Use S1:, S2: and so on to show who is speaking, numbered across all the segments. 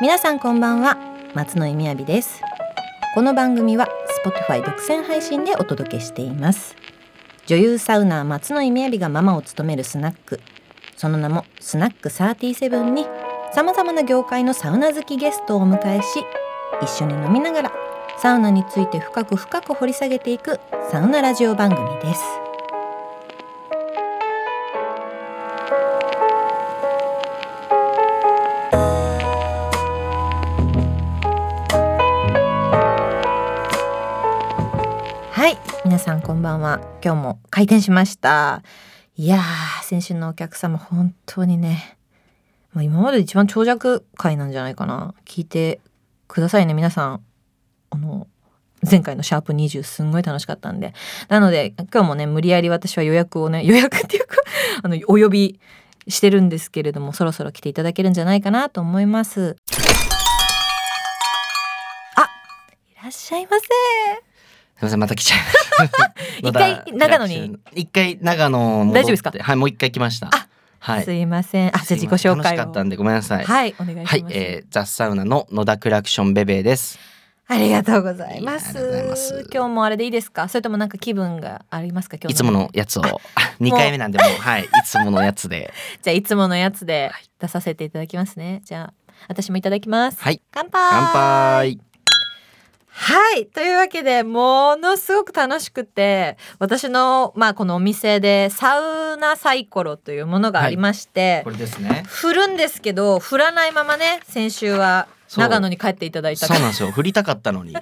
S1: 皆さんこんばんは松野井みやびですこの番組は Spotify 独占配信でお届けしています女優サウナー松野井みやびがママを務めるスナックその名もスナック37にさまざまな業界のサウナ好きゲストをお迎えし一緒に飲みながらサウナについて深く深く掘り下げていくサウナラジオ番組ですはい皆さんこんばんは今日も開店しましたいやー先週のお客様本当にねもう今までで一番長尺回なんじゃないかな聞いてくださいね皆さんあの前回のシャープ20すんごい楽しかったんでなので今日もね無理やり私は予約をね予約っていうか あのお呼びしてるんですけれどもそろそろ来ていただけるんじゃないかなと思いますあいらっしゃいませ
S2: すみません、また来ちゃいました。また
S1: 一回長野に。
S2: 一回長野戻って
S1: 大丈夫ですか
S2: はい、もう一回来ました。
S1: あ
S2: はい。
S1: すいませんあじゃあ自己紹
S2: すいません楽
S1: 介
S2: しか
S1: を
S2: ったんで、ごめんなさい。
S1: はい、お願い
S2: は
S1: し
S2: い
S1: ま、す、
S2: えー、ザサウナの野田クラクションベベーです。
S1: ありがとうございま
S2: いやあり
S1: す
S2: がとうございます
S1: 今日もあれでいいですかそれともなんか気分がありますか今日
S2: いつものやつを、二回目なんでもう、はい、いつものや つで。
S1: じゃあいつものやつで出させていただきますねじゃあ私もいただきます
S2: はい、
S1: 乾杯
S2: 乾杯。
S1: はいというわけでものすごく楽しくて私のまあこのお店でサウナサイコロというものがありまして、
S2: これですね。
S1: 振るんですけど振らないままね先週は
S2: そう
S1: 長野に帰っていただいた
S2: そうなんですよ。振りたかったの に、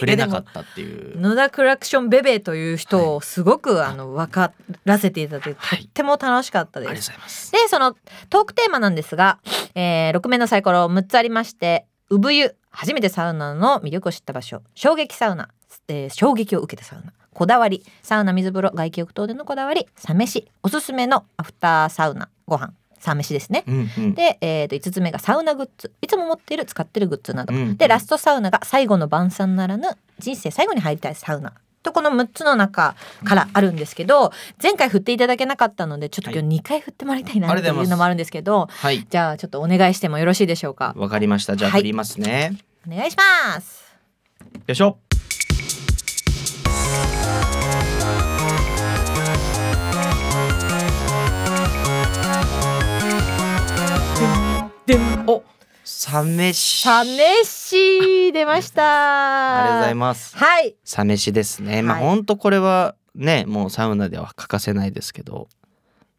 S2: 振れなかったっていう。
S1: 野田クラクションベベという人をすごく、あの分からせていただいて、
S2: はい
S1: とっても楽しかった
S2: あり
S1: で
S2: がとうご
S1: す。
S2: ざいます。
S1: でそのトークテーマなんですが、え6面のサイコロ6つありまして「産湯」初めてサウナの魅力を知った場所「衝撃サウナ」えー衝撃を受けたサウナ」「こだわり」「サウナ水風呂外気浴等でのこだわり」「サ飯」おすすめのアフターサウナご飯サ飯ですね。
S2: うん、うん。
S1: で、えー、と5つ目がサウナグッズいつも持っている使ってるグッズなど、
S2: うん
S1: でラストサウナが最後の晩餐ならぬ人生最後に入りたいサウナとこの6つの中からあるんですけど前回振っていただけなかったのでちょっと今日2回振ってもらいたいな
S2: あ
S1: と
S2: り
S1: い
S2: がとうございうます
S1: のもあるんですけど
S2: はい、
S1: じゃあちょっとお願いしてもよろしいでしょうか
S2: わかりました。じゃあ、
S1: はい
S2: 振りますね。
S1: お願いします
S2: よいしょ。
S1: でもお
S2: サメシ。
S1: サメシ出ました
S2: ありがとうございます。
S1: はい
S2: サメシですね。まあ、
S1: はい
S2: ほんとこれはね、もうサウナでは欠かせないですけど、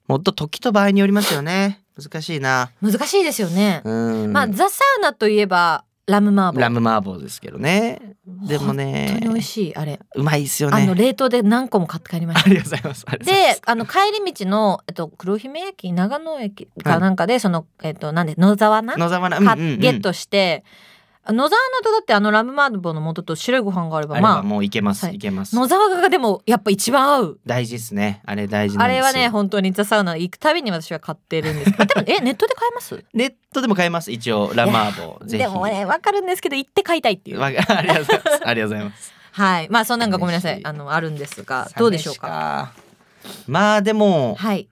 S2: もっと時と場合によりますよね。難しいな。
S1: 難しいですよね、
S2: うん。
S1: まあザサウナといえばラムマーボー
S2: ラム麻婆ですけどね。でもね
S1: 本当に、美味しいあれ
S2: うまいですよ
S1: あの
S2: ね。
S1: 冷凍で何個も買って帰りまし
S2: あ
S1: た。
S2: りがとうございます。ありがとうございま、
S1: ですあの帰り道のえっと黒姫駅長野駅かなんかでそのえっとなんで野沢菜
S2: 野沢菜、
S1: 買っ
S2: うんうんうん
S1: ゲットして野沢菜とだってあのラムマーボーの元と白いご飯があれ
S2: あ
S1: ば
S2: れは
S1: ま
S2: もういけます。
S1: はい
S2: い、けま
S1: あ
S2: す。
S1: 野沢菜がでもやっぱ一番合う。
S2: 大事ですね。あれ大事な
S1: あ
S2: んで
S1: れ
S2: すよ。
S1: はね本当にザサウナ行くたびに私は買ってるん ですけどでもえネットで買えます
S2: ネットでも買えます。一応ラム麻婆ぜひ。
S1: でもねわかるんですけど行って買いたいっていう
S2: わありがとうございます。ありがとうございます。
S1: はいまあそんなんがごめんなさい
S2: 嬉しい
S1: あのあるんですがどうでしょうか
S2: サメシか。まあでも、
S1: はい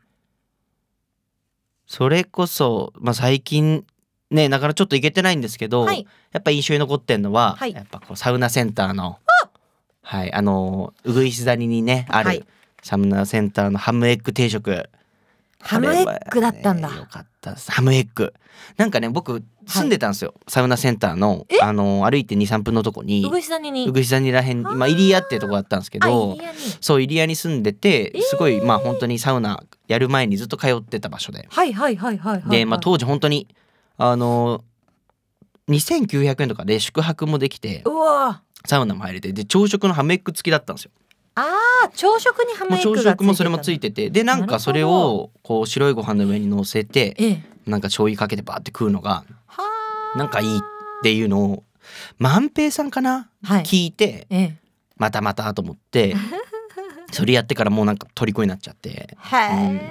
S2: それこそ、まあ、最近ねなかなかちょっと行けてないんですけど、
S1: はい
S2: やっぱ印象に残ってんのは、
S1: はい
S2: やっぱこうサウナセンターのはいあのーうぐいす谷にねある、
S1: はい
S2: サウナセンターのハムエッグ定食
S1: ハムエッグだったん
S2: あれはねよ
S1: だ
S2: かったですハムエッグなんかね僕住んでたんですよ、サウナセンターのあのー歩いて23分のとこに
S1: うぐいす谷に
S2: うぐいす谷らへん
S1: あー
S2: まあ入谷っていうとこだったんですけ
S1: あ
S2: ど
S1: いいやに
S2: そう入谷に住んでて
S1: えー
S2: すごい、まあ本当にサウナやる前にずっと通ってた場所で
S1: はいはいはいはいはいはい。
S2: で、まあ、当時本当にあの2900円とかで宿泊もできて
S1: うわ
S2: サウナも入れてで朝食のハムエッグ付きだったんですよ
S1: あ朝食にハム
S2: も
S1: エ
S2: う
S1: ッグ
S2: 朝
S1: が
S2: 食もそれもつい
S1: て
S2: ててでなんかそれをこう白いご飯の上に乗せて
S1: たええ
S2: なんか醤油かけてバーって食うのが
S1: はあ
S2: なんかいいっていうのを万平さんかな
S1: はい
S2: 聞いて
S1: ええ
S2: またまたと 思ってそれやってからもうなんか虜になっちゃって
S1: はい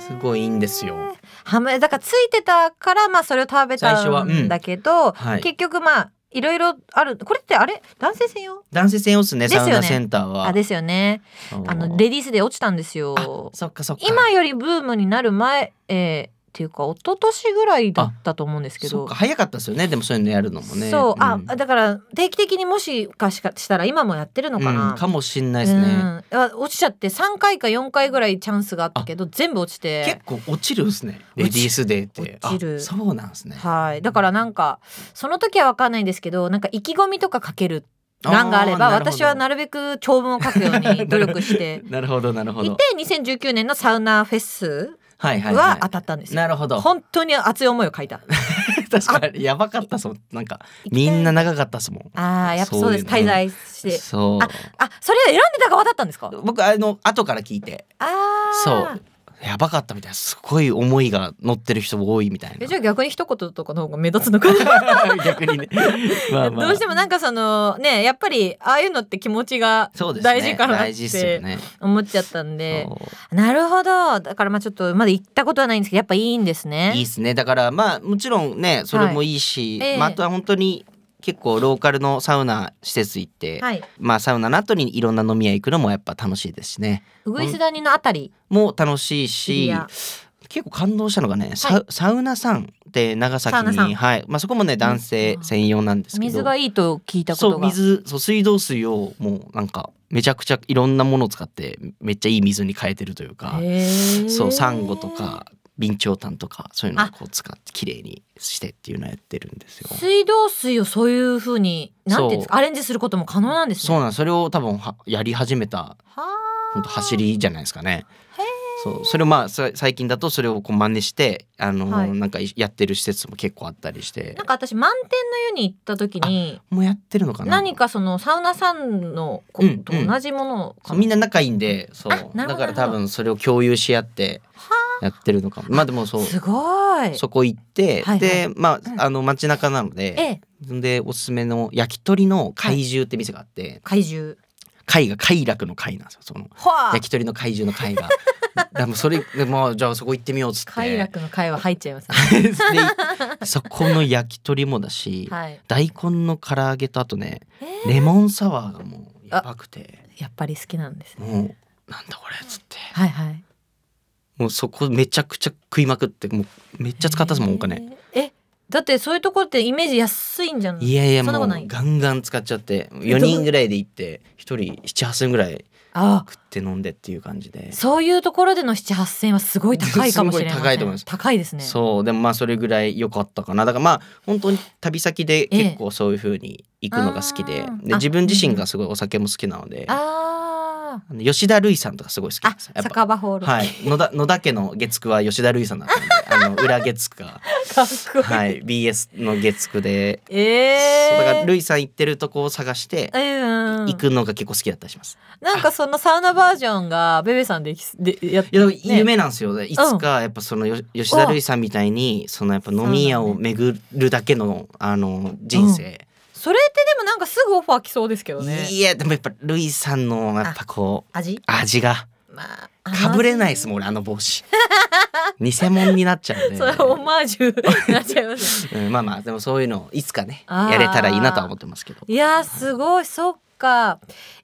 S2: すごいいいんですよ
S1: ハムだからついてたからまあそれを食べ
S2: 最初
S1: た
S2: はうん
S1: んだけど、
S2: はい
S1: 結局まあいろいろあるこれってあれ男性専用
S2: 男性専用っすね
S1: ですよ
S2: サウ
S1: ね
S2: ナセンターは
S1: あですよね
S2: そう
S1: あのレディースで落ちたんですよ
S2: そっかそっか
S1: 今よりブームになる前、えっていうか一昨年ぐらいだったと思うんですけ
S2: そっ
S1: ど
S2: か早かったですよねでもそういうのやるのもね
S1: そうあ
S2: ん
S1: だから定期的にもしかしかしたら今もやってるのかな、
S2: うんかもしんないですね、
S1: うんあ落ちちゃって3回か4回ぐらいチャンスがあったけど全部落ち
S2: 結
S1: て
S2: 構落ちるんですねレ
S1: 落
S2: デ
S1: ち
S2: ィースデーって
S1: 落ちる
S2: あそうなんですね
S1: はいだからなんかその時は分かんないんですけどなんか意気込みとか書ける欄があれば
S2: ー
S1: 私はなるべく長文を書くよう に努力して
S2: なるほどなるほ
S1: い
S2: ど
S1: て2019年のサウナフェス
S2: はいはい
S1: は当
S2: は
S1: たったんです
S2: い
S1: よ、
S2: なるほど
S1: 本当に熱い思いを書いた
S2: 確かにやばかったっすもんなんかみんな長かったっすもん
S1: あーやっぱそうです
S2: そうい
S1: 滞
S2: うの
S1: 在して
S2: そう
S1: あそれを選んでた側だったんですか
S2: 僕あの後から聞いて
S1: ああ
S2: そうやばかったみたいなすごい思いが乗ってる人も多いみたい
S1: え
S2: な
S1: じゃあ逆に一言とかの方が目立つのかな
S2: 逆にねまあ ま あ
S1: どうしてもなんかそのねやっぱりああいうのって気持ちが
S2: そうですね
S1: 大事かなっ
S2: 大事っすよ
S1: て
S2: ね
S1: 思っちゃったんで、
S2: そう
S1: なるほどだからまあちょっとまだ行ったことはないんですけどやっぱいいんですね
S2: いいですねだからまあもちろんねそれもいいし、
S1: はいええ
S2: まあ、あとは本当に結構ローカルのサウナ施設行って、
S1: はい
S2: まあサウナの後にいろんな飲み屋行くのもやっぱ楽しいですしね
S1: ウグイス谷のあたり
S2: もう楽しい
S1: い
S2: し
S1: や
S2: 結構感動したのがね、サウサウナさんって長
S1: サウナ
S2: 崎
S1: さん
S2: に、はいまあ、そこもね男性専用なんですけど
S1: 水がいいと聞いたこ
S2: そ
S1: と
S2: う
S1: が
S2: 水そう水道水をもうなんかめちゃくちゃいろんなものを使ってめっちゃいい水に変えてるというか、
S1: へー
S2: そうサンゴとか備長炭とかそういうのをこう使って綺麗にしてっていうのをやってるんですよ。
S1: 水道水をそういうふうになんていうんですか
S2: そう
S1: アレンジすることも可能なんです
S2: そう
S1: ね
S2: なんそれを多分はやり始めた
S1: は
S2: 本当走りじゃないですかね
S1: へー。
S2: そうそれをまあさ最近だとそれをこう真似してあの、
S1: はい
S2: なんかいやってる施設も結構あったりして
S1: あなんか私満天の湯に行った時に
S2: もうやってるのかな
S1: 何かそのサウナさんのこ
S2: うん
S1: と
S2: うん
S1: 同じものを
S2: そうみんな仲いいんでそ
S1: あなるほ
S2: う
S1: ど
S2: だから
S1: な
S2: 多
S1: るほ
S2: 分それを共有し合ってやってるのかもまあでもそう
S1: すごい
S2: そこ行って、
S1: はいはい
S2: でまあ,、
S1: うん
S2: あの街中なの
S1: え
S2: で
S1: え
S2: でおすすめの焼き鳥の怪獣って店があって、
S1: 怪獣
S2: 貝が快楽の貝なんですよその
S1: はあ
S2: 焼き鳥の怪獣 の貝が。でもそれでもうじゃあそこ行ってみようっつって
S1: 快楽の会は入っちゃいますね
S2: でそこの焼き鳥もだし、
S1: はい
S2: 大根の唐揚げとあとね
S1: え
S2: レモンサワーがもうやばくて
S1: やっぱり好きなんですね
S2: もうなんだこれっつって
S1: はいはい
S2: もうそこめちゃくちゃ食いまくってもうめっちゃ使ったっすもんお金。
S1: えーえだってそういうところってイメージ安いんじゃない
S2: いやいや
S1: そんなこ
S2: もう
S1: とない
S2: ガンガン使っちゃって4人ぐらいで行って1人7,8,000ぐらい
S1: ああ
S2: 食って飲んでっていう感じで
S1: そういうところでの7 8千円はすごい高いかもしれない
S2: すごい高いと思います
S1: 高いですね
S2: そうでもまあそれぐらい良かったかなだからまあ本当に旅先で結構そういう風に行くのが好き
S1: ええ
S2: で,、
S1: あー
S2: で
S1: あ
S2: 自分自身がすごいお酒も好きなので
S1: あ
S2: あの吉田類さんとかすごい好き
S1: あ
S2: なん
S1: あ
S2: ですやっぱ
S1: 酒場ホール
S2: はい野田野田家の月9は吉田類さんだったんであの裏月9か
S1: かっこいい、
S2: はい BS の月9で、
S1: え
S2: そうだから
S1: え
S2: 類さん行ってるとこを探して
S1: ー、うん
S2: 行くのが結構好きだったりします
S1: なんかそのサウナバージョンがベベさんできでやっ
S2: いや、夢なんですよ、ね、いつかやっぱそのよ吉田類さんみたいにそのやっぱ飲み屋を巡るだけのあの人生、
S1: それってでもなんかすぐオファー来そうですけどね
S2: いやでもやっぱ類さんのやっぱこう
S1: 味
S2: 味が
S1: まあ
S2: かぶれないですすもん俺あの帽子 偽物になっちゃうん で
S1: それはオマージュになっちゃいますね
S2: うん、まあまあでもそういうのをいつかね
S1: あー
S2: やれたらいいなとは思ってますけど
S1: いやーすごいそっか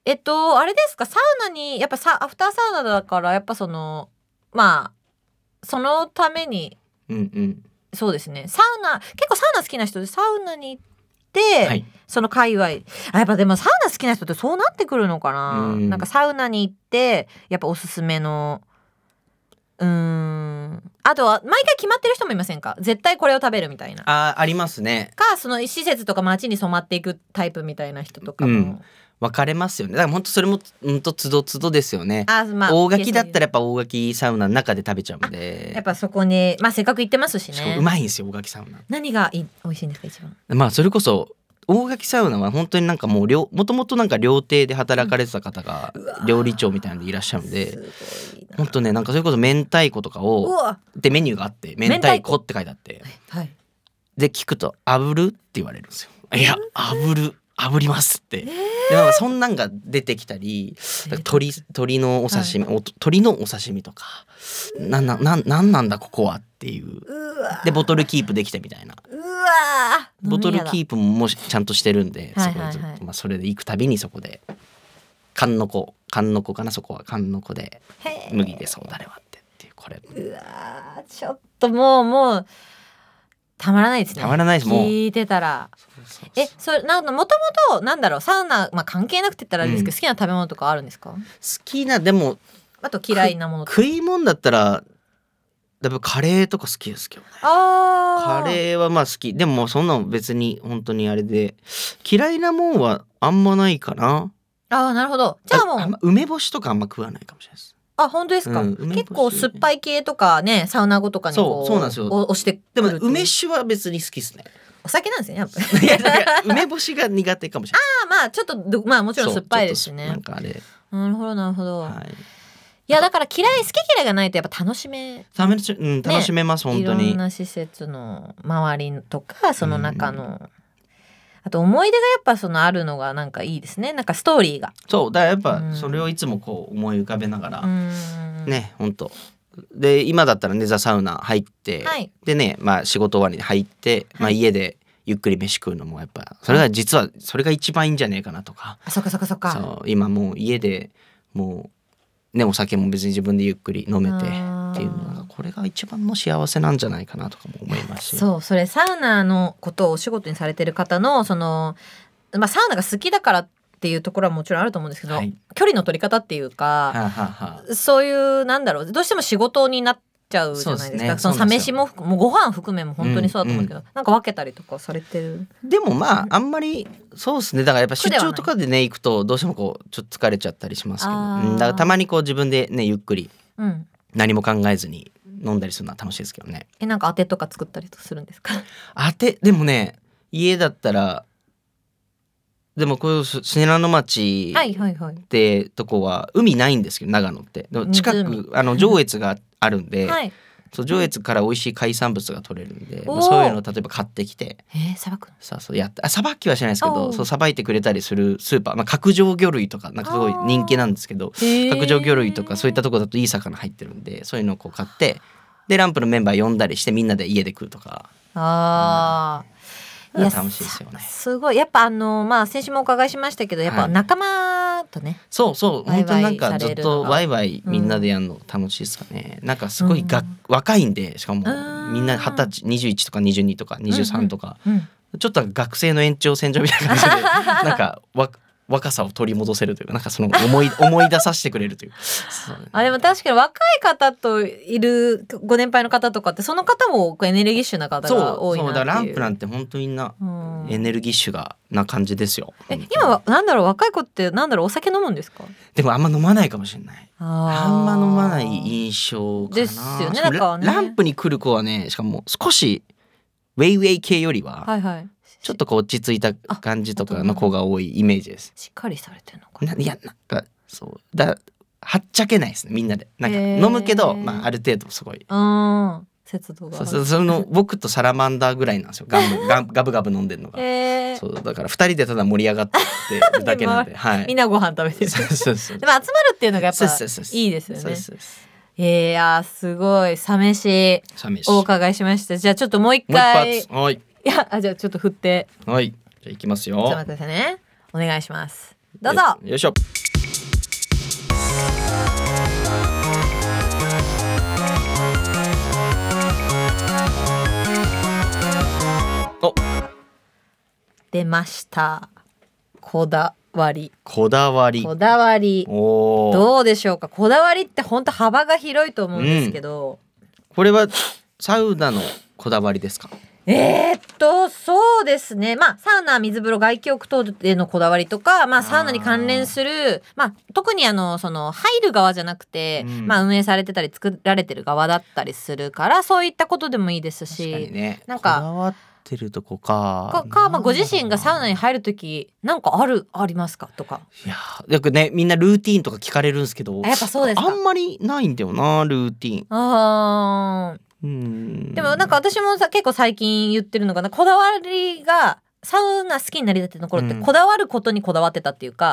S1: えっとあれですかサウナにやっぱさアフターサウナだからやっぱそのまあそのために
S2: うんうん
S1: そうですねサウナ結構サウナ好きな人でサウナに行って、
S2: はい
S1: その界隈あやっぱでもサウナ好きな人ってそうなってくるのかな、
S2: うん
S1: なんかサウナに行ってやっぱおすすめのうーんあとは毎回決まってる人もいませんか絶対これを食べるみたいな
S2: あーありますね
S1: かその施設とか街に染まっていくタイプみたいな人とかも、
S2: うん分かれますよねだから本当それもうんとつどつどですよね
S1: あまあ
S2: 大垣だった
S1: ら
S2: らやっぱ大垣サウナの中で食べちゃうんで
S1: やっぱそこにまあせっかく行ってますし
S2: しかも
S1: ね
S2: うまいんですよ大垣サウナ
S1: 何がいい美味しいんですか一番
S2: まあそれこそ大垣サウナは本当になんかもう料もともとなんか料亭で働かれてた方が
S1: うんうわー
S2: 料理長みたいなのでいらっしゃるんです
S1: ごいな
S2: 本当ねなんかそれこそ明太子とか
S1: う
S2: を
S1: わ
S2: でメニューがあって明太子って書いてあって
S1: はい
S2: で聞くと「炙る?」って言われるんですよ。いや炙る炙りますって、
S1: え
S2: でなんかそんなんが出てきたりだから鶏鶏のお刺身、お鶏のお刺身とかなんななんなんなんだここはっていう
S1: うわ
S2: でボトルキープできたみたいな
S1: うわ
S2: ボトルキ
S1: ー
S2: ープももしちゃんとしてるんで、
S1: はいはいはい
S2: そこでずっとまあ、それで行くたびにそこで「缶の子缶の子かなそこは缶の子で
S1: プ
S2: 麦でそうだれはって」っていうこれ
S1: うわーちょっともうもうたまらないですね
S2: たまらないですもう
S1: 聞いてたらえそれなんかもともとなんだろうサウナ、まあ、関係なくて言ったらあれですけど、
S2: うん
S1: 好きな食べ物とかあるんですか
S2: 好きなでも
S1: あと嫌いなものとか
S2: 食い物だったらだいぶカレーとか好きですけどね
S1: あ
S2: カレーはまあ好きでももうそんなの別に本当にあれで嫌いなもんはあんまないかな
S1: ーあーなるほどじゃあもう
S2: あんま梅干しとかあんま食わないかもしれないです
S1: あ本当ですか、
S2: うん梅干し
S1: 結構酸っぱい系とかねサウナ後とかにこう
S2: そうそうなんですよ
S1: お押してく
S2: で
S1: る
S2: も
S1: っていう
S2: 梅酒は別に好きです ね
S1: お酒なんですねやっぱ
S2: い
S1: り
S2: やだから梅干しが苦手かもしれな い
S1: まあまあちょっとどまあもちろん
S2: そう
S1: 酸っぱいですし
S2: ちょっ
S1: ね
S2: となんかあれ
S1: なるほどなるほど、い、
S2: はい
S1: やだから嫌い好き嫌いがないとやっぱ楽しめ
S2: 楽し,、うん、楽しめます、
S1: い
S2: 本当
S1: ろ
S2: に
S1: んな施設の周りとかその中の、あと思い出がやっぱそのあるのがなんかいいですねなんかストーリーが
S2: そうだからやっ
S1: う
S2: ぱ
S1: ん
S2: それをいつもこう思い浮かべながら、
S1: うん
S2: ね本当で今だったらねザサウナ入って、
S1: はい
S2: でね、まあ、仕事終わりに入って、まあ、
S1: はい
S2: 家でゆっくり飯食うのもやっぱそれが実はそれが一番いいんじゃねえかなとか、
S1: あそっかそっかそっか
S2: そう今もう家でもう、ね、お酒も別に自分でゆっくり飲めて
S1: あー
S2: っていうのがこれが一番の幸せなんじゃないかなとかも思いますし
S1: そうそれサウナのことをお仕事にされてる方のその、まあ、サウナが好きだからっていうところはもちろんあると思うんですけど、
S2: はい
S1: 距離の取り方っていうか、
S2: はあはあはあ
S1: そういうなんだろうどうしても仕事になっちゃうじゃないですかそ
S2: そうですね
S1: のサ飯も含もうご飯含めも本当にそうだと思うんですけど、なんか分けたりとかされてる
S2: でもまああんまりそうですねだからやっぱ出
S1: 苦ではない
S2: 張とかでね行くとどうしてもこうちょっと疲れちゃったりしますけど、
S1: あー
S2: うんだからたまにこう自分でねゆっくり
S1: うん
S2: 何も考えずに飲んだりするのは楽しいですけどね。
S1: えなんか当てとか作ったりとかするんですか
S2: あてでもね家だったらでもこういうす信濃町
S1: は
S2: っ
S1: いはいはい
S2: てとこは海ないんですけど長野ってでも近
S1: 湖
S2: くあの上越があるんで、
S1: はい
S2: そう上越から美味しい海産物が取れるんで、
S1: おー
S2: まあそういうのを例えば買ってきて
S1: えー、さばくの
S2: さそうやってあさばきはしないですけ
S1: お
S2: ど
S1: う
S2: そうさばいてくれたりするスーパー、まあ、角上魚類とかなんかすごい人気なんですけど角上魚類とかそういったとこだといい魚入ってるんでそういうのをこう買ってでランプのメンバー呼んだりしてみんなで家で食うとか
S1: ああ、
S2: うん
S1: や
S2: 楽しいですよね
S1: さすごいやっぱあのまあ先週もお伺いしましたけどやっぱ
S2: はい
S1: 仲間とね、
S2: そうそう
S1: ワイワ
S2: 本当
S1: イ
S2: になんかずっとワイワイ
S1: うん
S2: みんなでやるの楽しいですかね、なんかすごいが、
S1: うん
S2: 若いんでしかも
S1: うん
S2: みんな二十歳21とか22とか23とか、
S1: うん、
S2: ちょっと学生の延長線上みたいな感じ でなんかわ若さを取り戻せるというかなんかその思い思い出させてくれるというそう
S1: あでも確かに若い方といるご年配の方とかってその方もこうエネルギッシュな方
S2: そう
S1: が多いな
S2: そう
S1: っていう
S2: だからランプなんて本当にな
S1: うん
S2: エネルギッシュがな感じですよ
S1: え今はなんだろう若い子ってなんだろうお酒飲むんですか
S2: でもあんま飲まないかもしれない
S1: あ
S2: あんま飲まない
S1: い
S2: 印象かな。
S1: ですよね
S2: し
S1: な
S2: かも
S1: んかはね
S2: ラランプに来る子はね、しかも少しウェイウェイ系よりは、
S1: はいはい
S2: ちょっとこう落ち着いた感じとかの子が多いイメージです。
S1: しっかりされてるのかな
S2: ないや、なんか、そう。だはっちゃけないですね、みんなで。なんか
S1: へー
S2: 飲むけど、まあある程度すごい。
S1: うん節度が
S2: そうそうその僕とサラマンダーぐらいなんですよ。ガ ブガブガブガブ飲んでるのが。
S1: えー
S2: そうだから二人でただ盛り上がってるだ けなんで、はい。
S1: みんなご飯食べてる
S2: そうそうそう。
S1: でも集まるっていうのがやっぱ
S2: そうそうそうそう
S1: いいですよ
S2: そう
S1: ね
S2: そうそう
S1: いやーすごいサ飯
S2: 寂しい。
S1: お
S2: もう
S1: 伺いしましたじゃあちょっともう一
S2: 一
S1: 回い
S2: 発。はい。
S1: やあじゃあちょっと振って
S2: はい。じゃあ行きます
S1: ちょっ
S2: よ
S1: と待っ。てくださいねお願いしますどうぞ
S2: よよいしょ。お、
S1: 出ましたこだわり
S2: こだわり
S1: こ。だわり
S2: おお。
S1: どうでしょうかこだわりって本当幅が広いと思うんですけど、
S2: これはサウナのこだわりですか。
S1: えーっとそうですねまあサウナ水風呂外気浴等でのこだわりとか、まあ、サウナに関連するまあ、特にあのその入る側じゃなくて、
S2: うん
S1: まあ、運営されてたり作られてる側だったりするからそういったことでもいいです
S2: 確かに
S1: し。
S2: ね。
S1: なんか
S2: こだわってるとこか
S1: か。かまあ、ご自身がサウナに
S2: い
S1: 入る時なんかあるありますかとか
S2: やー、よくね、みんなルーティーンとか聞かれるんですけど。
S1: あやっぱそうですか
S2: あんまりないんだよな、ルーティーン。
S1: あー
S2: うん。
S1: でもなんか私もさ結構最近言ってるのがなこだわりがサウナ好きになりたての頃って
S2: うん
S1: こだわることにこだわってたっていうか、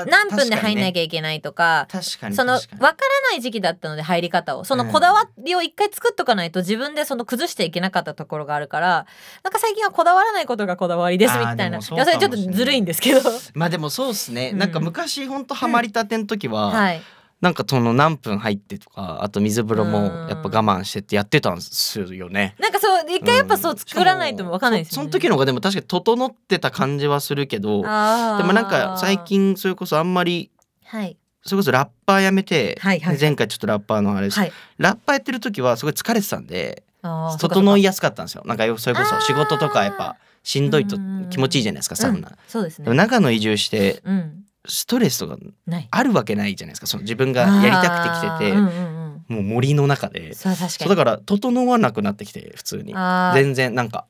S2: あー、
S1: 何分で入んな
S2: ゃ。
S1: きゃいけないとか
S2: 確かに。
S1: その分か
S2: 確かに
S1: らない時期だったので入り方をその
S2: うん
S1: こだわりを一回作っとかないと自分でその崩していけなかったところがあるからなんか最近はこだわらないことがこだわりですみたい
S2: あーで
S1: ない
S2: もそう
S1: やそれちょっと
S2: かもしれない
S1: ずるいんですけど
S2: まあでもそうですね、
S1: うん
S2: なんか昔ほんとハマりたての時は、
S1: はい
S2: なんかその何分入ってとかあと水風呂も
S1: うん
S2: やっぱ我慢してってやってたんですよね。
S1: なんかそう一回やっぱそううん作らないとわかんないですよ
S2: そ
S1: ね
S2: の時の方がでも確かに整ってた感じはするけどで
S1: あー
S2: もなんか最近それこそあんまり
S1: はい
S2: それこそラッパーやめて、
S1: はいはい
S2: 前回ちょっとラッパーのあれです、
S1: はい
S2: ラッパーやってる時はすごい疲れてたんで
S1: あー
S2: 整いやすかったんですよなんかそれこ
S1: あ
S2: そ
S1: ー
S2: 仕事とかやっぱしんどいと
S1: うんうんうん
S2: 気持ちいいじゃないですかサウナ。
S1: そうです
S2: でも
S1: ね
S2: 長野移住して
S1: うん
S2: ストレスとか
S1: ない
S2: あるわけないじゃないですかその自分がやりたくて来てて、
S1: あーうんうんうん
S2: もう森の中で
S1: そう確か
S2: そ
S1: に
S2: うだから整わなくなってきて普通に
S1: あー
S2: 全然なんか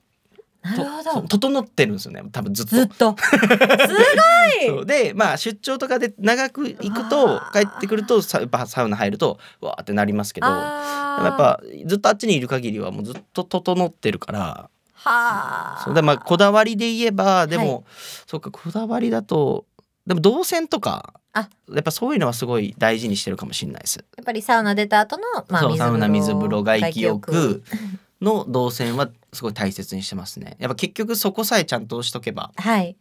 S1: な
S2: と
S1: るほど
S2: 整ってるんですよね多分ずっと
S1: ず っとす
S2: そ
S1: ご
S2: う
S1: い
S2: でまあ出張とかで長く行くと
S1: あ
S2: 帰
S1: ー
S2: ってくるとサやっぱサウナ入るとわーってなりますけどでも
S1: あー
S2: やっぱずっとあっちにいる限りはもうずっと整ってるから
S1: はあ
S2: そうでまあこだわりで言えばでも、
S1: は
S2: そうかこだわりだとでも動線とか
S1: あ
S2: やっぱそういうのはすごい大事にしてるかもしれないです。
S1: やっぱりサウナ出た後の、まあ、
S2: そう
S1: 水風呂
S2: サウナ水風呂外
S1: 外
S2: 気浴の動線はすごい大切にしてますね。やっぱ結局そこさえちゃんとしとけば
S1: はい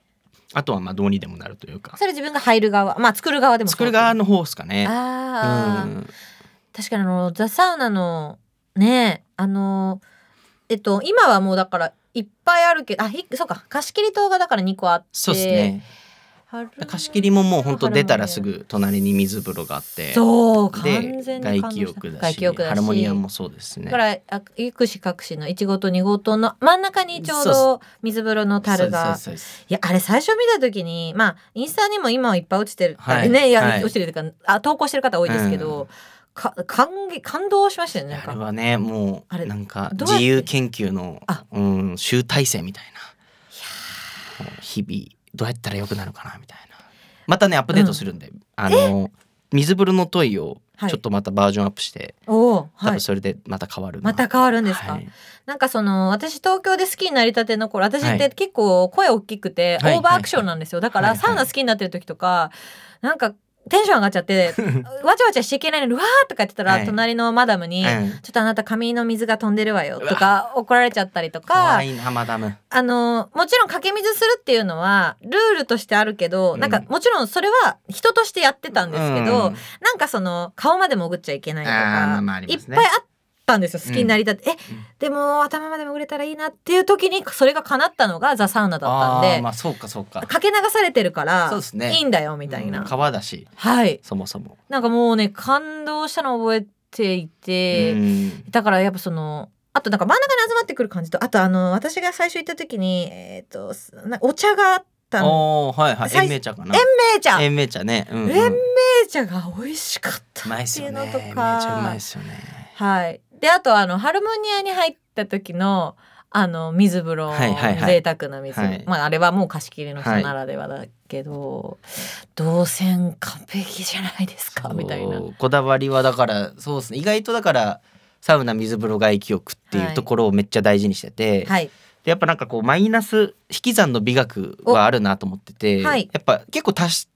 S2: あとはまあどうにでもなるというか
S1: それ自分が入る側まあ作る側でも
S2: 作る側
S1: の
S2: の方ですかね。
S1: あー、
S2: うん
S1: 確かにあのザ・サウナのねあのえっと今はもうだからいっぱいあるけどあいそうか貸し切り棟がだから2個あって
S2: そうですね。
S1: 春
S2: 貸し切りももう本当出たらすぐ隣に水風呂があって。
S1: そう完
S2: で
S1: 全に
S2: 外気浴だ
S1: 外
S2: し
S1: 気浴だし
S2: ハラモニアムもそうですね
S1: だか。らあいくしかくしの1号棟2号棟の真ん中にちょうど水風呂の樽が
S2: そうです
S1: いやあれ最初見た時にまあインスタにも今はいっぱい落ちてる、
S2: はい
S1: あれねいや、
S2: はい
S1: 落ちてるというかあ投稿してる方多いですけど、か感激感動しましたよ
S2: そう
S1: ね
S2: で
S1: なん
S2: すあれ
S1: か
S2: はねも
S1: あ
S2: う
S1: れ
S2: なんか
S1: どうやって
S2: 自由研究の
S1: あ
S2: うん集大成みたいなもう日々どうやったらよくなるかなみたいなまたねアップデートするんで、あの水風呂の問いを
S1: はい
S2: ちょっとまたバージョンアップして、
S1: おお、
S2: 多
S1: はい
S2: 分、それでまた変わるな
S1: また変わるんですか、
S2: はい
S1: なんかその私東京で好きになりたての頃私っ
S2: は
S1: て結構声大きくて、
S2: はい
S1: オーバーアクションなんですよだから、
S2: はいはい
S1: サウナ好きになってる時とかなんかテンション上がっちゃって わちゃわちゃしていけないのにうわーとか言ってたら、
S2: はい
S1: 隣のマダムに、
S2: うん
S1: ちょっとあなた髪の水が飛んでるわよ」とか怒られちゃったりとか
S2: 怖いなマダム
S1: あのもちろん掛け水するっていうのはルールとしてあるけど、
S2: うん
S1: なんかもちろんそれは人としてやってたんですけど、
S2: うん
S1: なんかその顔まで潜っちゃいけないと
S2: あーまあまああ
S1: か、
S2: り
S1: い
S2: ま
S1: っ
S2: す
S1: ぱ
S2: ね
S1: いあったんですよ好きになりたって、え
S2: うん
S1: でも頭まで潜れたらいいなっていう時にそれが叶ったのがザ・サウナだったん
S2: あ
S1: で、
S2: ーまあそうかそうか
S1: かけ流されてるから
S2: そうですね
S1: いいんだよみたいな、
S2: うん川だし
S1: はい
S2: そもそも、
S1: なんかもうね感動したのを覚えていて。
S2: うん
S1: だからやっぱそのあとなんか真ん中に集まってくる感じとあとあの私が最初行った時にえっ、とすなお茶があったの
S2: おーはいはい
S1: 最
S2: 延命茶かな
S1: めいちゃんめい
S2: 延命茶ねうんうん
S1: 延命
S2: う
S1: ちゃんが美味しかった
S2: まいっ
S1: っ
S2: す
S1: てい
S2: よ
S1: う
S2: ね
S1: の
S2: 延
S1: と
S2: 命茶うま
S1: か
S2: いっすよね
S1: はいであとあのハルモニアに入った時のあの水風呂、
S2: はいはいはい
S1: 贅沢な水風呂、
S2: はい
S1: まああれはもう貸し切りの人
S2: はい
S1: ならではだけど、動線完璧じゃないですかみたいな
S2: そうこだわりはだからそうですね意外とだからサウナ水風呂外気浴ってい
S1: は
S2: う
S1: い
S2: ところをめっちゃ大事にしてて、
S1: はい
S2: でやっぱなんかこうマイナス引き算の美学はあるなと思ってて、
S1: おはい
S2: やっぱ結構足し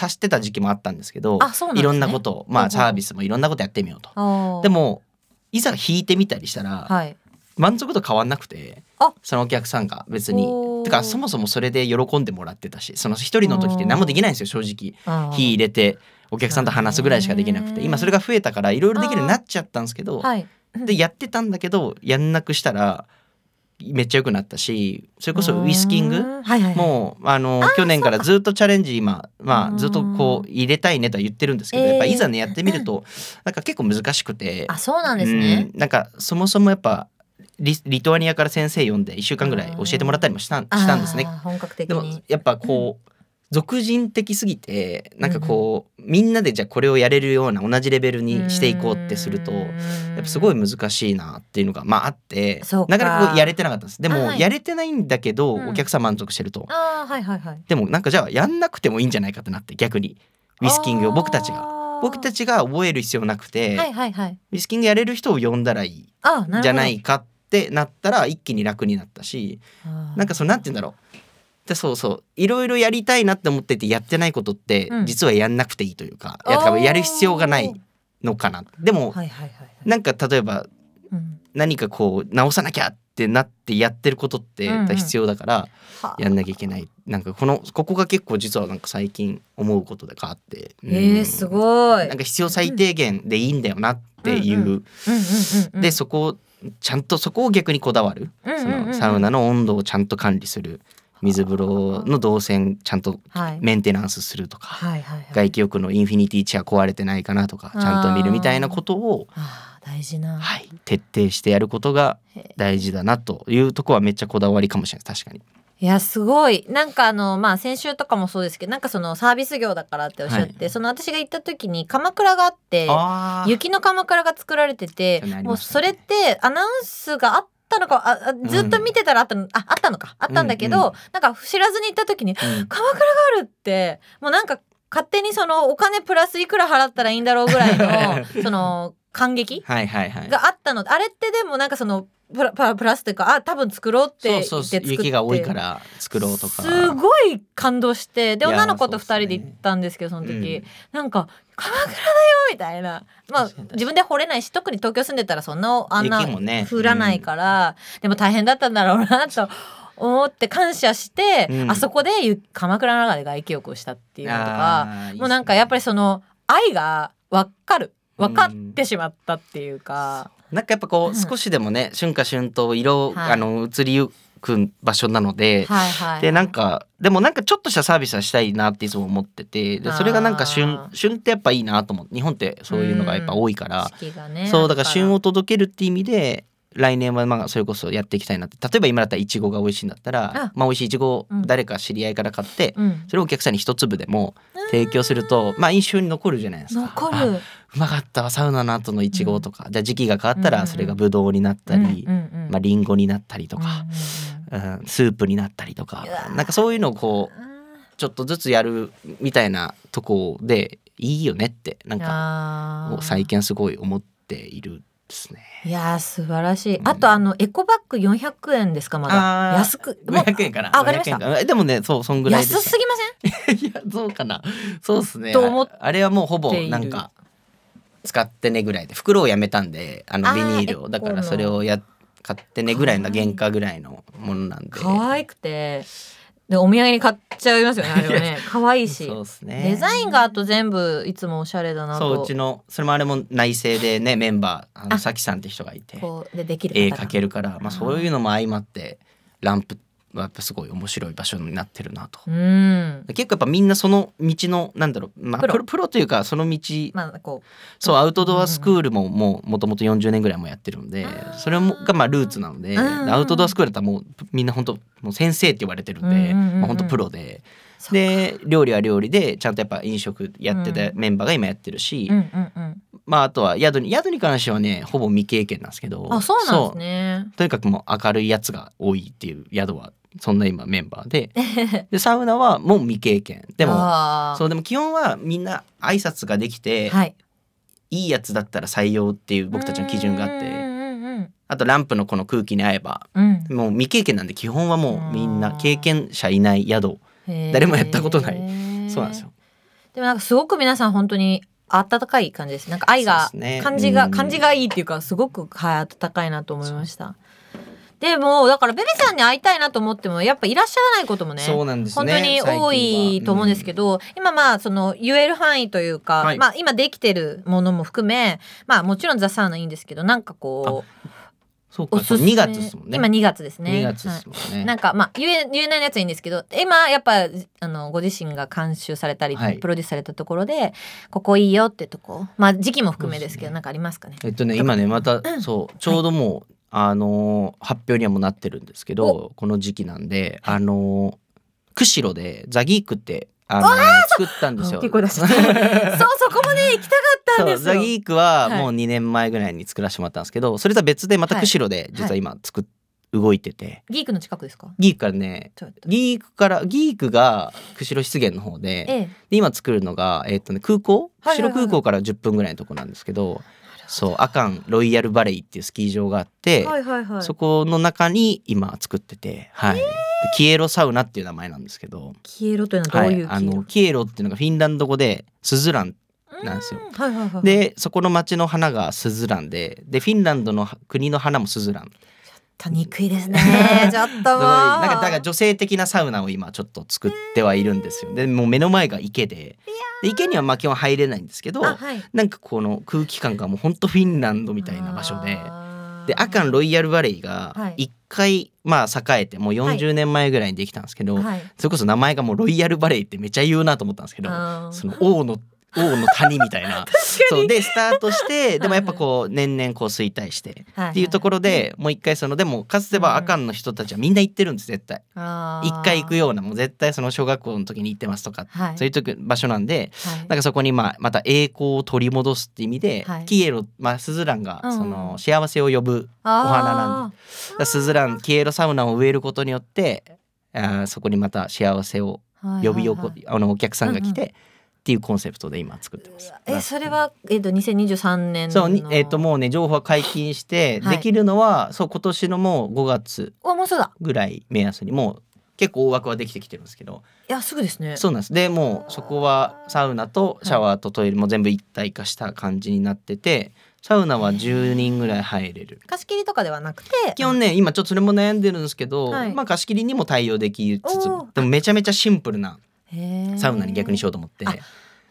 S2: 足してた時期もあったんですけど
S1: あそうなんですね
S2: いろんなことをま
S1: ほうほうほ
S2: あ
S1: う
S2: サービスもいろんなことやってみようと。
S1: あー
S2: でもいざ引いてみたりしたら、
S1: はい
S2: 満足度変わんなくて
S1: あ
S2: そのお客さんが別に
S1: おー
S2: てかそもそもそれで喜んでもらってたしその一人の時って何もできないんですよ正直
S1: あー
S2: 火入れてお客さんと話すぐらいしかできなく
S1: そう
S2: て
S1: ね
S2: 今それが増えたからいろいろできるようになっちゃったんですけど
S1: はい
S2: でやってたんだけどやんなくしたらめっちゃ良くなったしそれこそウイスキン
S1: う
S2: グ
S1: ーんはいはいはい
S2: もうあの去年からずっとチャレンジ今ま
S1: う
S2: あ
S1: ん
S2: ずっとこう入れたいねとは言ってるんですけど
S1: えー
S2: やっぱいざねやってみるとなんか結構難しくて
S1: あそうなんですね。
S2: うんなんかそもそもやっぱリリトアニアから先生呼んで1週間ぐらい教えてもらったりもしたん
S1: あー
S2: したんですね。
S1: 本格的
S2: でも
S1: に。
S2: やっぱこう、俗人的すぎてなんかこう、みんなでじゃあこれをやれるような同じレベルにしていこうってすると
S1: うーん
S2: やっぱすごい難しいなっていうのがまああって
S1: そうか
S2: なかなかこうやれてなかったんですで
S1: あ
S2: も、
S1: はい
S2: やれてないんだけど、
S1: うん
S2: お客さん満足してると
S1: ああはいはいはい。
S2: でもなんかじゃあやんなくてもいいんじゃないかってなって逆にウィスキングを僕たちが
S1: が
S2: 僕た
S1: ち
S2: ちが覚える必要なくて、
S1: はいはいはい。
S2: ウィスキングやれる人を呼んだらいい
S1: あーなるほど。
S2: じゃないかってなったら一気に楽になったし
S1: あー。
S2: なんかそのなんて言うんだろうでそうそういろいろやりたいなって思っててやってないことって、
S1: うん
S2: 実はやんなくていいというかいや多分やる必要がないのかなでも、
S1: はいはいはいはい。
S2: なんか例えば
S1: うん
S2: 何かこう直さなきゃってなってやってることって
S1: うんうん
S2: 必要だから
S1: はあ
S2: やんなきゃいけない、なんかこのここが結構実はなんか最近思うことでかあって、うん
S1: えー、すごい。
S2: なんか必要最低限でいいんだよなっていう、
S1: うんうんうんうんうん
S2: でそこをちゃんとそこを逆にこだわる、
S1: うんうん
S2: そ
S1: うんうん
S2: のサウナの温度をちゃんと管理する水風呂の動線ちゃんと
S1: はい
S2: メンテナンスするとか、
S1: はいはいはい。
S2: 外気浴のインフィニティチェア壊れてないかなとかちゃんと見るみたいなことを、
S1: あー大事な。
S2: はい、徹底してやることが大事だなというとこはめっちゃこだわりかもしれない確かに。
S1: いやすごいなんかあのまあ先週とかもそうですけどなんかそのサービス業だからっておっしゃって、その私が行った時に鎌倉があって
S2: あ
S1: 雪の鎌倉が作られてて
S2: そうなりましたね
S1: もうそれってアナウンスがあったのかああずっと見てたらあったの、ああったのかあったんだけど、
S2: うんう
S1: なんか知らずに行った時に
S2: うん
S1: 鎌倉があるってもうなんか勝手にそのお金プラスいくら払ったらいいんだろうぐらい のその感激
S2: はいはいはい。
S1: があったのあれってでもなんかそのプラプラプラスというかあ多分作ろうって言
S2: そ
S1: っ
S2: う
S1: て
S2: そう
S1: 作
S2: そう
S1: って
S2: 雪が多いから作ろうとか。
S1: す
S2: い
S1: ごい感動してで
S2: いやー
S1: 女の子と2
S2: そうっ
S1: 人
S2: す
S1: で
S2: ね
S1: 行ったんですけどその時、
S2: うん
S1: なんか「鎌倉だよ!」みたいなまあ
S2: 確かに確かに
S1: 自分で掘れないし特に東京住んでたらそんなあんな
S2: 雪もね
S1: 降らないから、でも大変だったんだろうなと思って感謝して、
S2: うん
S1: あそこでゆ鎌倉の中で外気浴をしたっていうのとか
S2: あーいいっすね
S1: もうなんかやっぱりその愛が分かる分かってしまったっていうか。
S2: なんかやっぱこ
S1: うん
S2: う少しでもね春夏春冬色、
S1: はい
S2: あの移りゆく場所なので、
S1: はいはい、
S2: でなんかでもなんかちょっとしたサービスはしたいなっていつも思っててでそれがなんか
S1: あ
S2: 旬
S1: ー
S2: 旬ってやっぱいいなと思って日本ってそういうのがやっぱ多いから、
S1: 四季がね
S2: そうだから旬
S1: を
S2: を届けるって意味で来年はまあそれこそやっていきたいなって例えば今だったらいちごが美味しいんだったら
S1: あ
S2: まあ美味しいいちごを
S1: うん
S2: 誰か知り合いから買って、
S1: うん
S2: それをお客さんに一粒でも提供するとまあ印象に残るじゃないですか。
S1: 残
S2: あ
S1: る
S2: うまかったわサウナの後のいちごとか、じゃあ時期が変わった
S1: うんうん
S2: らそれがぶどうになったり、
S1: うんうんうん
S2: まあ、リンゴになったりと
S1: う
S2: か、
S1: んうん
S2: うんスープになったりとか
S1: うわー
S2: なんかそういうのをこう
S1: うん
S2: ちょっとずつやるみたいなとこでいいよねってなんか
S1: あー
S2: 最近はすごい思っているですね。
S1: いやー素晴らしい、
S2: うん
S1: あとあのエコバッグ400円ですかまだ
S2: あー
S1: 安くもう
S2: 500円かな
S1: あわかりました
S2: 500円なえでもねそうそんぐらい
S1: 安
S2: です
S1: すぎません
S2: いやそうかなそうですね
S1: と思って
S2: あれはもうほぼなんか使ってねぐらいで袋をやめたんであ
S1: あ
S2: の
S1: ー
S2: ビニール
S1: エコ
S2: を
S1: の
S2: だからそれをや買ってねぐらいの原価ぐらいのものなんで
S1: 可愛くてでお土産に買っちゃいますよねあれはね可愛いし
S2: そうですね
S1: デザインがあと全部いつもおしゃれだな
S2: そう
S1: と
S2: うちのそれもあれも内製でねメンバーあ
S1: あ
S2: のさきさんって人がいて
S1: こうでできる
S2: 絵
S1: 方が
S2: 描けるからま
S1: あー
S2: あそういうのも相まってランプはやっぱすごい面白い場所になってるなと
S1: うん
S2: 結構やっぱみんなその道のなんだろうまあ
S1: プロ
S2: プロプロというかその道
S1: まあこ
S2: そうアウトドアスクールももうもともと40年ぐらいもやってるんで
S1: あー
S2: それもがまあルーツなので、
S1: うんうんうん
S2: アウトドアスクールだったらもうみんな本当もう先生って言われてるんで、
S1: うんうんうんうん
S2: まあ、本当プロで
S1: そっか
S2: で料理は料理でちゃんとやっぱ飲食やってた
S1: う
S2: メンバーが今やってるし、
S1: ううんうんうん
S2: まああとは宿に宿に関してはねほぼ未経験なんですけど
S1: あそうなんです
S2: そう
S1: ね
S2: とにかくもう明るいやつが多いっていう宿はそんな今メンバー ででサウナはもう未経験でも
S1: あー
S2: そうでも基本はみんな挨拶ができて、
S1: はい
S2: いいやつだったら採用っていう僕たちの基準があっ
S1: うん
S2: て
S1: うん
S2: あとランプのこの空気に合えば
S1: うんうん
S2: もう未経験なんで基本はもうみんな経験者いない宿
S1: 誰
S2: 誰もやったことないそうなんです
S1: よ
S2: よ
S1: でもなんかすごく皆さん本当に温かい感じですなんか愛が、
S2: そうですね
S1: 感じが
S2: うん
S1: 感じがいいっていうかすごくはい温かいなと思いましたでもだからベベさんに会いたいなと思ってもやっぱいらっしゃらないこともね
S2: そうなんです
S1: 本
S2: ね
S1: 当に多いと思うんですけ
S2: ど
S1: ど、今まあその言える範囲というか、
S2: はい
S1: まあ今できてるものも含めまあもちろんザ・サウナいいんですけどなんかこう
S2: そう
S1: お
S2: か
S1: すすめ
S2: 2月ですもんね
S1: 今2月ですね
S2: 2月ですもんね
S1: なんかまあ言え言えないやつはいいんですけど今やっぱあのご自身が監修されたり、
S2: はい
S1: プロデュースされたところでここいいよってとこまあ時期も含めですけど
S2: そうですね
S1: なんかありますかね
S2: えっとね今ねまたそうちょうどもうあのー発表にはもうなってるんですけどこの時期なんであのー釧路でザギークってあのー作ったんですよ
S1: 結構出しちゃったそう そこまで行きたかったん
S2: そ
S1: で
S2: う
S1: すよ
S2: ザギークは
S1: はい
S2: もう2年前ぐらいに作らせてもらったんですけど、それとは別でまた
S1: はい
S2: 釧路で実は今作っ、動いてて
S1: ギークの近くですか
S2: ギークからね
S1: ちょっと
S2: ギークからギークが釧路湿原の方で
S1: ええ
S2: で今作るのが、えーっとね、空港
S1: はいはいは
S2: 釧
S1: い
S2: 路空港から10分ぐらいのとこなんですけど、そう阿寒ロイヤルバレイっていうスキー場があって、
S1: はいはいはい
S2: そこの中に今作ってて、はいでキエロサウナっていう名前なんですけど
S1: 消えろというのはどういう
S2: はい、あ
S1: 消えろ
S2: のキエロっていうのがフィンランド語でスズランっなんですよ。
S1: うんはいはいはい。
S2: でそこの町の花がスズランででフィンランドの国の花もスズラン
S1: と憎いですね。ちょっともう。
S2: なんかだから女性的なサウナを今ちょっと作ってはいるんですよでもう目の前が池でで池にはまあ基本入れないんですけど
S1: あはい、
S2: なんかこの空気感がもうほんとフィンランドみたいな場所ででアカンロイヤルバレーが
S1: はい
S2: 1回まあ栄えてもう40年前ぐらいにできたんですけど、
S1: はい、
S2: それこそ名前がもうロイヤルバレーってめっちゃ言うなと思ったんですけど
S1: あー
S2: その王の王の谷みたい なそうでスタートしてでもやっぱこう年々こう衰退して
S1: は
S2: っていうところでもう一回そのでもかつてはアカンの人たちはみんな行ってるんです絶対
S1: ろ
S2: 一回行くようなもう絶対その小学校の時に行ってますとか
S1: はい
S2: そういう時場所なんで
S1: はい
S2: なんかそこにまあまた栄光を取り戻すって意味で
S1: はい
S2: キエロまあスズランが
S1: うんうん
S2: その幸せを呼ぶ
S1: あー
S2: お花なんだからスズランキエロサウナを植えることによってあーそこにまた幸せを
S1: はい
S2: 呼び
S1: は
S2: お
S1: いは
S2: こ
S1: い
S2: あのお客さんが来
S1: うん
S2: てっていうコンセプトで今作ってます。
S1: えそれはえっと2023年の
S2: そうにえっ、ともうね情報は解禁して、
S1: はい
S2: できるのはそう今年のもう5月
S1: うあもうそうだ
S2: ぐらい目安にもう結構大枠はできてきてるんですけど、
S1: いやすぐですね
S2: そうなんですでもうそこはサウナとシャワーとトイレも全部一体化した感じになっててサウナは10人ぐらい入れる。
S1: 貸し切りとかではなくて
S2: 基本ね今ちょっとそれも悩んでるんですけど、
S1: はい
S2: まあ貸し切りにも対応できつ
S1: お
S2: つもでもめちゃめちゃシンプルな
S1: へー
S2: サウナに逆にしようと思って。
S1: あ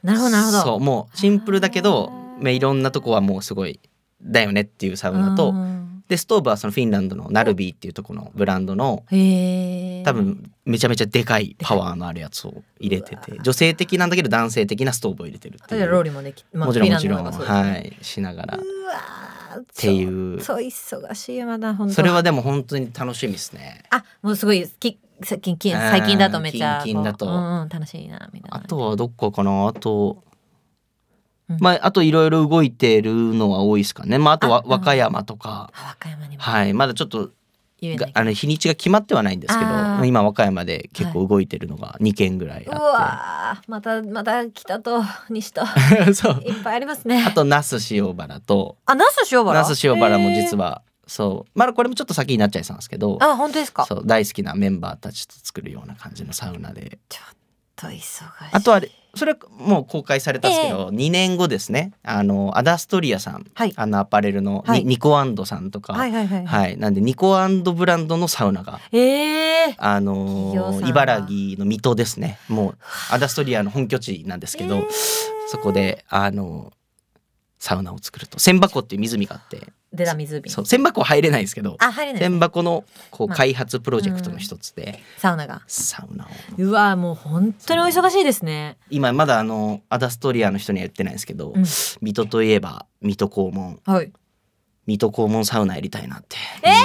S1: なるほどなるほど
S2: そうもうシンプルだけど
S1: あ、ー
S2: まあ、いろんなとこはもうすごいだよねっていうサウナ
S1: う
S2: と、
S1: ん
S2: でストーブはそのフィンランドのナルビーっていうとこのブランドの
S1: へー
S2: 多分めちゃめちゃでかいパワーのあるやつを入れてて女性的なんだけど男性的なストーブを入れてるって
S1: 例
S2: い
S1: えばロー
S2: う。
S1: リもでき、
S2: もちろんもちろん、
S1: フィンランドの方がそうですね
S2: はいしながらっ
S1: うわー
S2: ていう
S1: そう忙しいまだ本当
S2: それはでも本当に楽しみですね。
S1: あもうすごいき最近近
S2: うん
S1: 最近だとめちゃ
S2: 近々だと
S1: こううんうん、楽しいなみたいな
S2: あとはどこかなあと
S1: うん。
S2: まあ、あといろいろ動いてるのは多いですかね。まあ、あと
S1: あ
S2: は
S1: うん
S2: 和歌山とか、
S1: あ和歌山にも
S2: はい、まだちょっと
S1: 言えな
S2: が
S1: い
S2: あの日にちが決まってはないんですけ
S1: あー
S2: ど今和歌山で結構動いてるのが2件ぐらいうあ
S1: わーまたまた北と西 と
S2: って、そう
S1: いっぱいありますね
S2: あと那須塩原と
S1: あ那須塩原
S2: 那須塩原も実
S1: は
S2: はそうまだこれもちょっと先になっちゃいそうなんですけど
S1: あ本当ですかちょっ
S2: そう大好きなメンバーたちと作るような感じのサウナで
S1: と忙しい
S2: あとあれそれはもう公開されたんですけど、2年後ですねあのアダストリアさん、
S1: はい
S2: あのアパレルのに、
S1: はい
S2: ニコアンドさんとか、
S1: はいはいはい、
S2: はいなんでニコアンドブランドのサウナが
S1: えー
S2: あ
S1: 企業さん
S2: の
S1: が
S2: ー茨城の水戸ですねもうアダストリアの本拠地なんですけど、
S1: えー
S2: そこであのーサウナを作ると千箱っていう湖があって
S1: 出た湖
S2: そう千箱入れないんですけど
S1: あ入れない
S2: 千箱のこう
S1: まあ
S2: 開発プロジェクトの一つで
S1: サウナが
S2: サウナを
S1: うわーもう本当にお忙しいですね
S2: 今まだあのアダストリアの人には言ってないんですけど、
S1: うん
S2: 水戸といえば水戸黄門
S1: はい
S2: 水戸黄門サウナやりたいなって。
S1: えー
S2: うん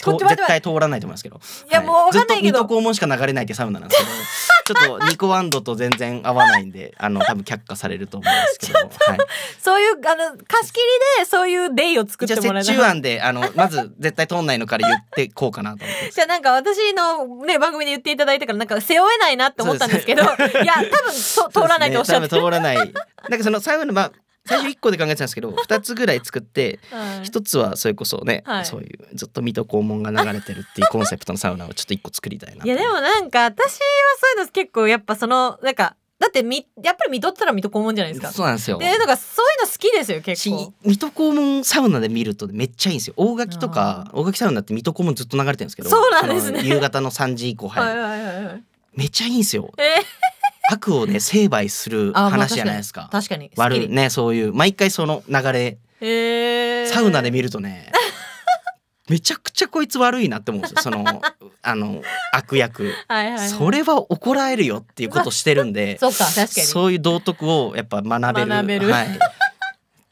S1: ちょっと待って
S2: と絶対通らないと思いますけど。
S1: いや
S2: は
S1: もうわかんないけど
S2: ずっと水戸黄門しか流れないってサウナなんです けど、ちょっとニコワンドと全然合わないんで、あの多分却下されると思うんです けど。はい。
S1: そういうあの貸し切りでそういうデイを作っ
S2: じ
S1: て
S2: ゃあ
S1: もらえ
S2: 折
S1: た
S2: 衷案であのまず絶対通んないのから言ってこうかなと思って。
S1: じゃあなんか私のね番組で言っていただいたからなんか背負えないなって思ったんですけどいや多分と 通らないとおっしゃって
S2: そうですね多分通らない。なんかそのサウナまあ最初一個で考えてたんですけど、二つぐらい作って。
S1: はい
S2: 一つはそれこそね、
S1: はい
S2: そういうずっと水戸黄門が流れてるっていうコンセプトのサウナをちょっと一個作りたいなと
S1: いやでもなんか私はそういうの結構やっぱそのなんかだってみやっぱり見とったら見とこもんじゃないですか。
S2: そうなんですよ
S1: っていうのがそういうの好きですよ結
S2: し
S1: 構。
S2: 水戸黄門サウナで見るとめっちゃいいんですよ大垣とか大垣サウナって水戸黄門ずっと流れてるんですけど
S1: そうなんですね
S2: その夕方の3時以降入る、
S1: はいはいはいはい。
S2: めっちゃいいんですよ
S1: え
S2: 悪を ね成敗す
S1: ー
S2: る
S1: あまあ
S2: 話じゃないですか
S1: 確かに。確か
S2: 悪
S1: に
S2: い。ねそういう毎回その流れ
S1: え
S2: サウナで
S1: 見
S2: 見る とねめちゃくちゃこいつ悪いなって思うんですよそのあの悪役
S1: はいはいはい。
S2: それは怒られるよっていうことしてるん で
S1: そうか確かに。
S2: そういう道徳をやっぱ学べる
S1: 学べる
S2: はい、やっ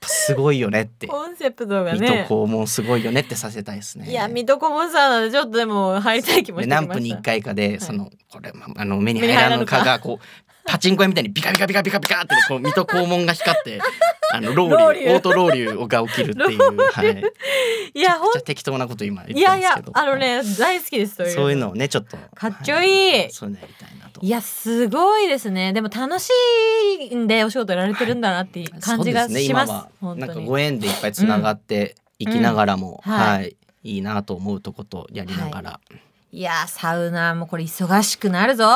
S2: ぱすごいよねって
S1: コンセプトが
S2: 水戸
S1: ね
S2: 黄。門すごいよねってさせたいですね。
S1: いや水戸黄門サウナでちょっとでも入りたい気もして
S2: で
S1: きまし
S2: 何
S1: た。
S2: 分に1回か
S1: い
S2: でその、これまあの目に入らぬかがこうパチンコ屋みたいにビカビカビカビカビカってねこう水戸黄門が光って あのロ
S1: ロ
S2: ウ
S1: ウ
S2: リ
S1: リ
S2: ュ
S1: ュ
S2: オートロウリュが起きる っていう、はい、めち
S1: いやほ
S2: ゃ適当なこと今言っ
S1: んい
S2: てま
S1: や
S2: すけど
S1: いやあのね大好きですそういう。
S2: そういうのをねちょっと
S1: かっちょいい
S2: はそういうのやりたいなと
S1: いやすごいですねでも楽しいんでお仕事やられてるんだなっていう感じが
S2: そうですね
S1: します,、
S2: 今は
S1: 本
S2: なん
S1: 当
S2: か
S1: に
S2: ご縁でいっぱいつながっていきながらも、
S1: うんうん
S2: はい
S1: はい
S2: いいなと思うとことやりながら、
S1: いいやーサウナもこれ忙しくなる ぞ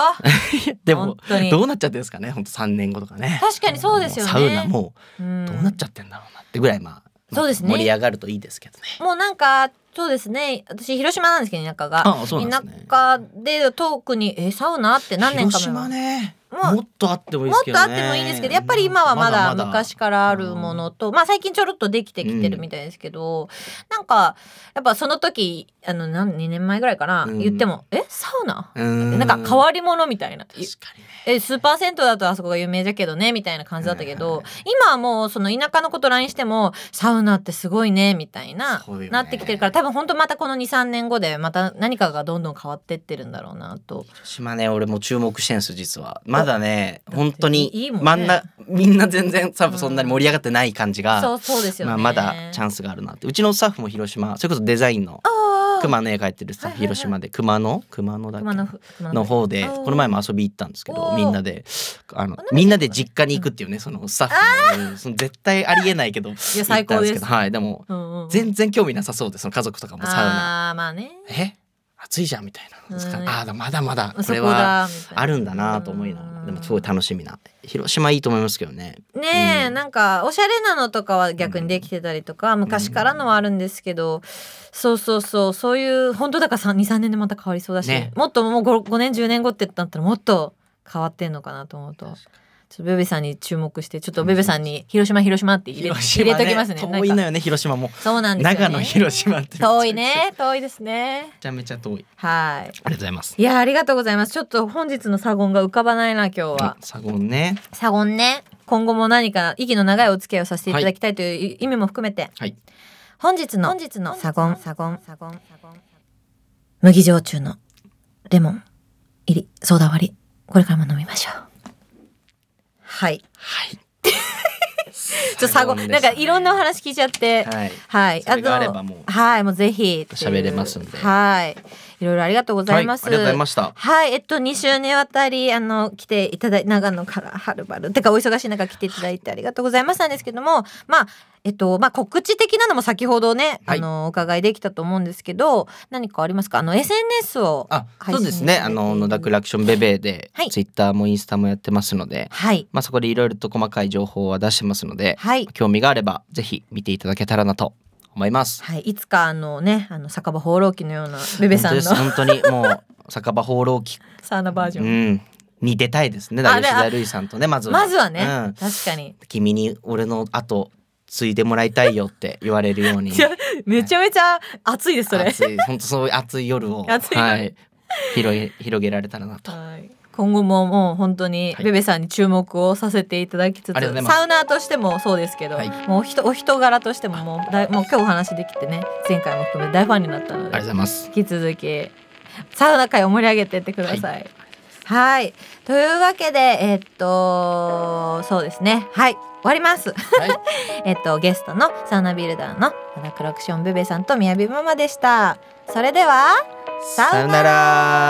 S2: でも
S1: 本当に
S2: どうなっちゃってるんですかね本当3年後とかね
S1: 確かにそうですよね
S2: もうサウナも
S1: どう
S2: うどうなっちゃってんだろうなってぐらいまあ、まあ
S1: そうですね
S2: 盛り上がるといいですけどね
S1: もうなんかそうですね私広島なんですけど田舎が
S2: ああそうなんですね
S1: 田舎で遠くにえサウナって何年か
S2: 広
S1: 前は
S2: 島ね
S1: もう
S2: もっとあってもいい
S1: もっ
S2: ですけ
S1: と
S2: ど
S1: あ
S2: ね
S1: ってもいいんですけどやっぱり今はまだ昔からあるものとまあ最近ちょろっとできてきてるみたいですけど、なんかやっぱその時あの何2年前ぐらいかな、
S2: うん
S1: 言っても「えサウナ?」
S2: うん
S1: なんか変わり者みたいな
S2: 確かにね
S1: えスーパー銭湯だとあそこが有名じゃけどねみたいな感じだったけ
S2: はい
S1: ど
S2: はい
S1: 今はもうその田舎のこと LINE してもサウナってすごいねみたいな
S2: そうよね
S1: なってきてるから多分本当またこの23年後でまた何かがどんどん変わってってるんだろうなと
S2: 島ね俺も注目してんす実はまだね
S1: だ
S2: 本当
S1: いい
S2: に
S1: もんね
S2: 真ん中みんな全然多分そんなに盛り上がってない感じが、
S1: そうそうですよね、
S2: まあ、まだチャ
S1: ん
S2: ンスがあるなってうちのスタッフも広島それこそデザインの熊の絵描いてるスタッフ
S1: はいはいはい
S2: 広島で熊野熊野だっけ
S1: 熊野ふ熊
S2: の
S1: 野ふ
S2: 方で
S1: あー
S2: この前も遊び行ったんですけ
S1: お
S2: ど
S1: ー
S2: みんなであの
S1: なんか
S2: みんなで実家に行くっていうねそのスタッフのその絶対ありえないけど行
S1: いや
S2: ったん
S1: 最高
S2: で
S1: で
S2: すけ
S1: す
S2: どはいでも
S1: うんうん
S2: 全然興味なさそうでその家族とかもサウナ
S1: あーまあね
S2: え暑いじゃんみたいな
S1: うん
S2: ああまだまだこ
S1: そ
S2: れ
S1: こ
S2: は
S1: だみたいな
S2: あるんだなと思いながらでもすごい楽しみな広島いいと思いますけどね
S1: ねえ、
S2: うん
S1: なんかおしゃれなのとかは逆にできてたりとか、昔からのはあるんですけど、そうそうそうそういう本当だから23年でまた変わりそうだし、
S2: ね
S1: もっともう 5, 年10年後ってなったらもっと変わってんのかなと思うと。ちょっとベベさんに注目してちょっとベベさんに広島広島って入れ,、入れときますね
S2: 遠い
S1: なん
S2: の
S1: か
S2: よね広島も
S1: そうなんですよ、ね、
S2: 長野広島って
S1: 遠いね遠いですね
S2: めちゃめちゃ遠いあり
S1: はい
S2: がとうございます
S1: いやありがとうございますちょっと本日のサゴンが浮かばないな今日は
S2: サゴンね
S1: サゴンね今後も何か息の長いお付き合いをさせていただきたいという意味も含めて、
S2: はい
S1: 本日の本日のサゴンサゴンサゴンサゴン麦焼酎のレモン入りソーダ割りこれからも飲みましょうはい
S2: はい
S1: ちょサゴン、なんかいろんなお話聞いちゃって
S2: はい
S1: はい、
S2: それがあればもう
S1: はいもうぜひっていう
S2: 喋れますんで
S1: はいいろいろありがとうございます、
S2: はいありがとうございました
S1: はいえっと2週にわたりあの来ていただい長野からはるばるてかお忙しい中来ていただいてありがとうございましたんですけどもまあえっとまあ告知的なのも先ほどね、
S2: はい
S1: あのお伺いできたと思うんですけど何かありますかあの SNS を
S2: あ
S1: 配信
S2: そうですね
S1: さ
S2: あ
S1: れている
S2: の野田クラクションベベで
S1: はい
S2: ツイッターもインスタもやってますので
S1: はい
S2: まあそこでいろいろと細かい情報は出してますので
S1: はい
S2: 興味があればぜひ見ていただけたらなと思います
S1: はいいつかあのねあの酒場放浪記のようなベベさんの
S2: 本当です本当にもう酒場放浪記、
S1: サウナバージ
S2: う
S1: ョン、
S2: ん、に出たいですねだから
S1: あれあ
S2: 吉田類さんとねまずは
S1: まずはね、
S2: うん
S1: 確かに
S2: 君に俺の後継いでもらいたいよって言われるよう に
S1: いやめちゃめちゃ熱いですそれ
S2: 熱い本当そういう熱い夜を
S1: 熱い夜
S2: はい、広げ広げられたらな と
S1: はい今後ももう本当に
S2: はい
S1: ベベさんに注目をさせていただきつつ、
S2: ありがとうございます
S1: サウナーとしてもそうですけど、
S2: はい
S1: もうお人お人柄としてももうだいもう今日お話できてね前回も含め大ファンになった
S2: あ
S1: の
S2: りがとうご
S1: で
S2: ざいます
S1: 引き続きサウナ界を盛り上げていってください。はい、というわけでえっとそうですねはい終わります。
S2: はい
S1: えっとゲストのサウナビルダーの野田クラクションベベさんとみやびママでした。それでは
S2: さよなら